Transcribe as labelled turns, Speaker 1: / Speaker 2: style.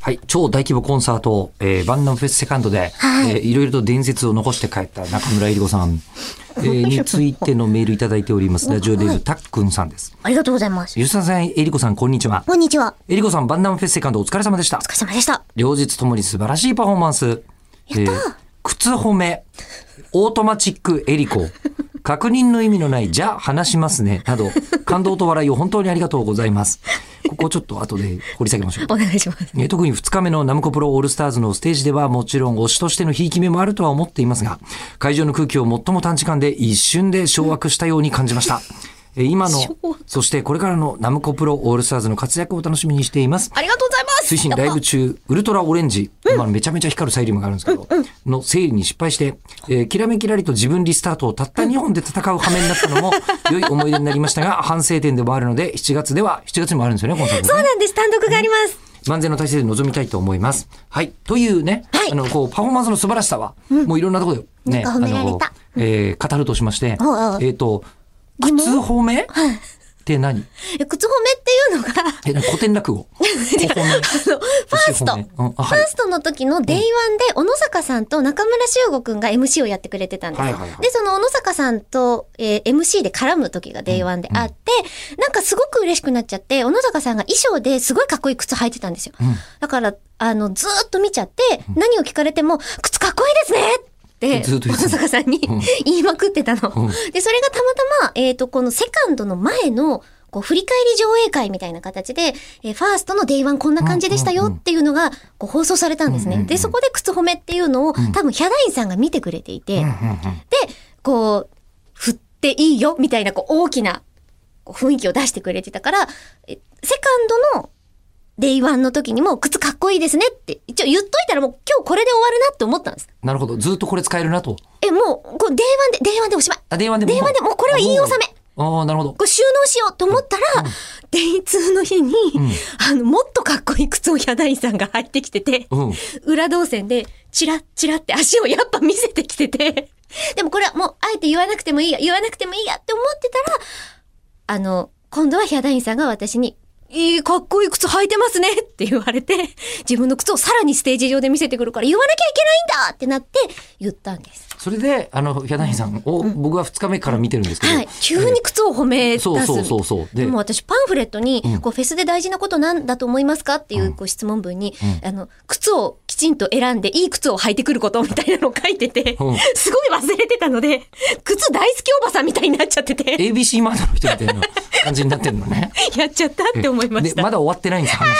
Speaker 1: はい、超大規模コンサート、えー、バンダムフェスセカンドで、
Speaker 2: はい
Speaker 1: えーいろいろと伝説を残して帰った中村えり子 さん、えーについてのメールいただいております。ラジオデビュー、たっくんさんです。
Speaker 2: ありがとうございます。
Speaker 1: 吉田さん、えり子さん、こんにちは。
Speaker 2: こんにちは。
Speaker 1: えり子さん、バンダムフェスセカンドお疲れ様でした
Speaker 2: お。疲れ様でした。
Speaker 1: 両日ともに素晴らしいパフォーマンス。えー靴褒め、オートマチックエリ コ、確認の意味のない、じゃあ話しますね、など、感動と笑いを本当にありがとうございます。ここちょっと後で掘り下げましょう。
Speaker 2: お願いします。
Speaker 1: えー特に2日目のナムコプロオールスターズのステージではもちろん推しとしてのひいき目もあるとは思っていますが、会場の空気を最も短時間で一瞬で掌握したように感じました。えー今の
Speaker 2: 掌握、
Speaker 1: そしてこれからのナムコプロオールスターズの活躍を楽しみにしています。
Speaker 2: ありがとうございます。
Speaker 1: 推進ライブ中、ウルトラオレンジ、まあ、めちゃめちゃ光るサイリウムがあるんですけど、の整理に失敗して、えー、キラメキラリと自分リスタートをたった2本で戦う羽目になったのも、良い思い出になりましたが、反省点でもあるので、7月では、7月にもあるんですよね、コンサートね
Speaker 2: そうなんです。単独があります。
Speaker 1: 万全の体制で臨みたいと思います。はい。というね、
Speaker 2: はい
Speaker 1: あの、こう、パフォーマンスの素晴らしさは、もういろんなところで、ね、
Speaker 2: なんか褒めら
Speaker 1: あ
Speaker 2: れた
Speaker 1: のえー語るとしまして、
Speaker 2: おうおう
Speaker 1: えっ、と、
Speaker 2: 疑問
Speaker 1: 靴褒めって何
Speaker 2: え靴褒めっていうのが、
Speaker 1: え、なんか古典落 語。
Speaker 2: 違うあの、ファース
Speaker 1: 腰
Speaker 2: ト。
Speaker 1: 褒め
Speaker 2: フ
Speaker 1: うん
Speaker 2: ァ
Speaker 1: あはい
Speaker 2: ーストの時のデイワンで、小野坂さんと中村修吾くんが MC をやってくれてたんです
Speaker 1: はい
Speaker 2: よ
Speaker 1: はいはい。
Speaker 2: で、その小野坂さんと、えー MC で絡む時がデイワンであって、なんかすごく嬉しくなっちゃって、小野坂さんが衣装ですごいかっこいい靴履いてたんですよ。だから、あの、ずーっと見ちゃって、何を聞かれても、靴かっこいいですねって、
Speaker 1: ずーっと言
Speaker 2: 小野
Speaker 1: ってた
Speaker 2: 坂さんに言いまくってたの。
Speaker 1: うん
Speaker 2: で、それがたまたま、えっ、と、このセカンドの前の、こう、振り返り上映会みたいな形で、えーファーストのデイワンこんな感じでしたよっていうのが、こう、放送されたんです
Speaker 1: うんうんう
Speaker 2: ね。
Speaker 1: ん
Speaker 2: で、そこで靴褒めっていうのを、多分、ヒャダインさんが見てくれていて、で、こう、振っていいよみたいな、こう、大きな、こう雰囲気を出してくれてたから、えセカンドのデイワンの時にも、靴かっこいいですねって、一応言っといたらもう今日これで終わるなって思ったんです。
Speaker 1: なるほど。ずっとこれ使えるなと。
Speaker 2: え、もう、こう、デイワンで、デイワンでおしまい。
Speaker 1: あ、電話でも。
Speaker 2: 電話でもうこれは言い納め
Speaker 1: あもうあー、なるほど。
Speaker 2: こう収納しようと思ったら、電通の日に、 あの、もっとかっこいい靴をヒャダインさんが履いてきてて、
Speaker 1: うん。
Speaker 2: 裏動線で、チラッチラって足をやっぱ見せてきてて、 でもこれはもう、あえて言わなくてもいいや、言わなくてもいいやって思ってたら、あの、今度はヒャダインさんが私に、いい、かっこいい靴履いてますねって言われて、自分の靴をさらにステージ上で見せてくるから、言わなきゃいけないんだってなって言ったんです。
Speaker 1: それで、あの、ヒャダインさんを、僕は2日目から見てるんですけど。
Speaker 2: はい。急に靴を褒め出すみたいな。
Speaker 1: そうそうそうそうで
Speaker 2: でも私パンフレットに、こうフェスで大事なことなんだと思いますかっていうこう質問文に、あの、靴をきちんと選んで、いい靴を履いてくることみたいなのを書いてて、
Speaker 1: うん
Speaker 2: すごい忘れてたので、靴大好きおばさんみたいになっちゃってて、
Speaker 1: ABC マートの人みたいな感じになってるのね。
Speaker 2: やっちゃったって思いまし
Speaker 1: で、
Speaker 2: た。
Speaker 1: まだ終わってないんです、話。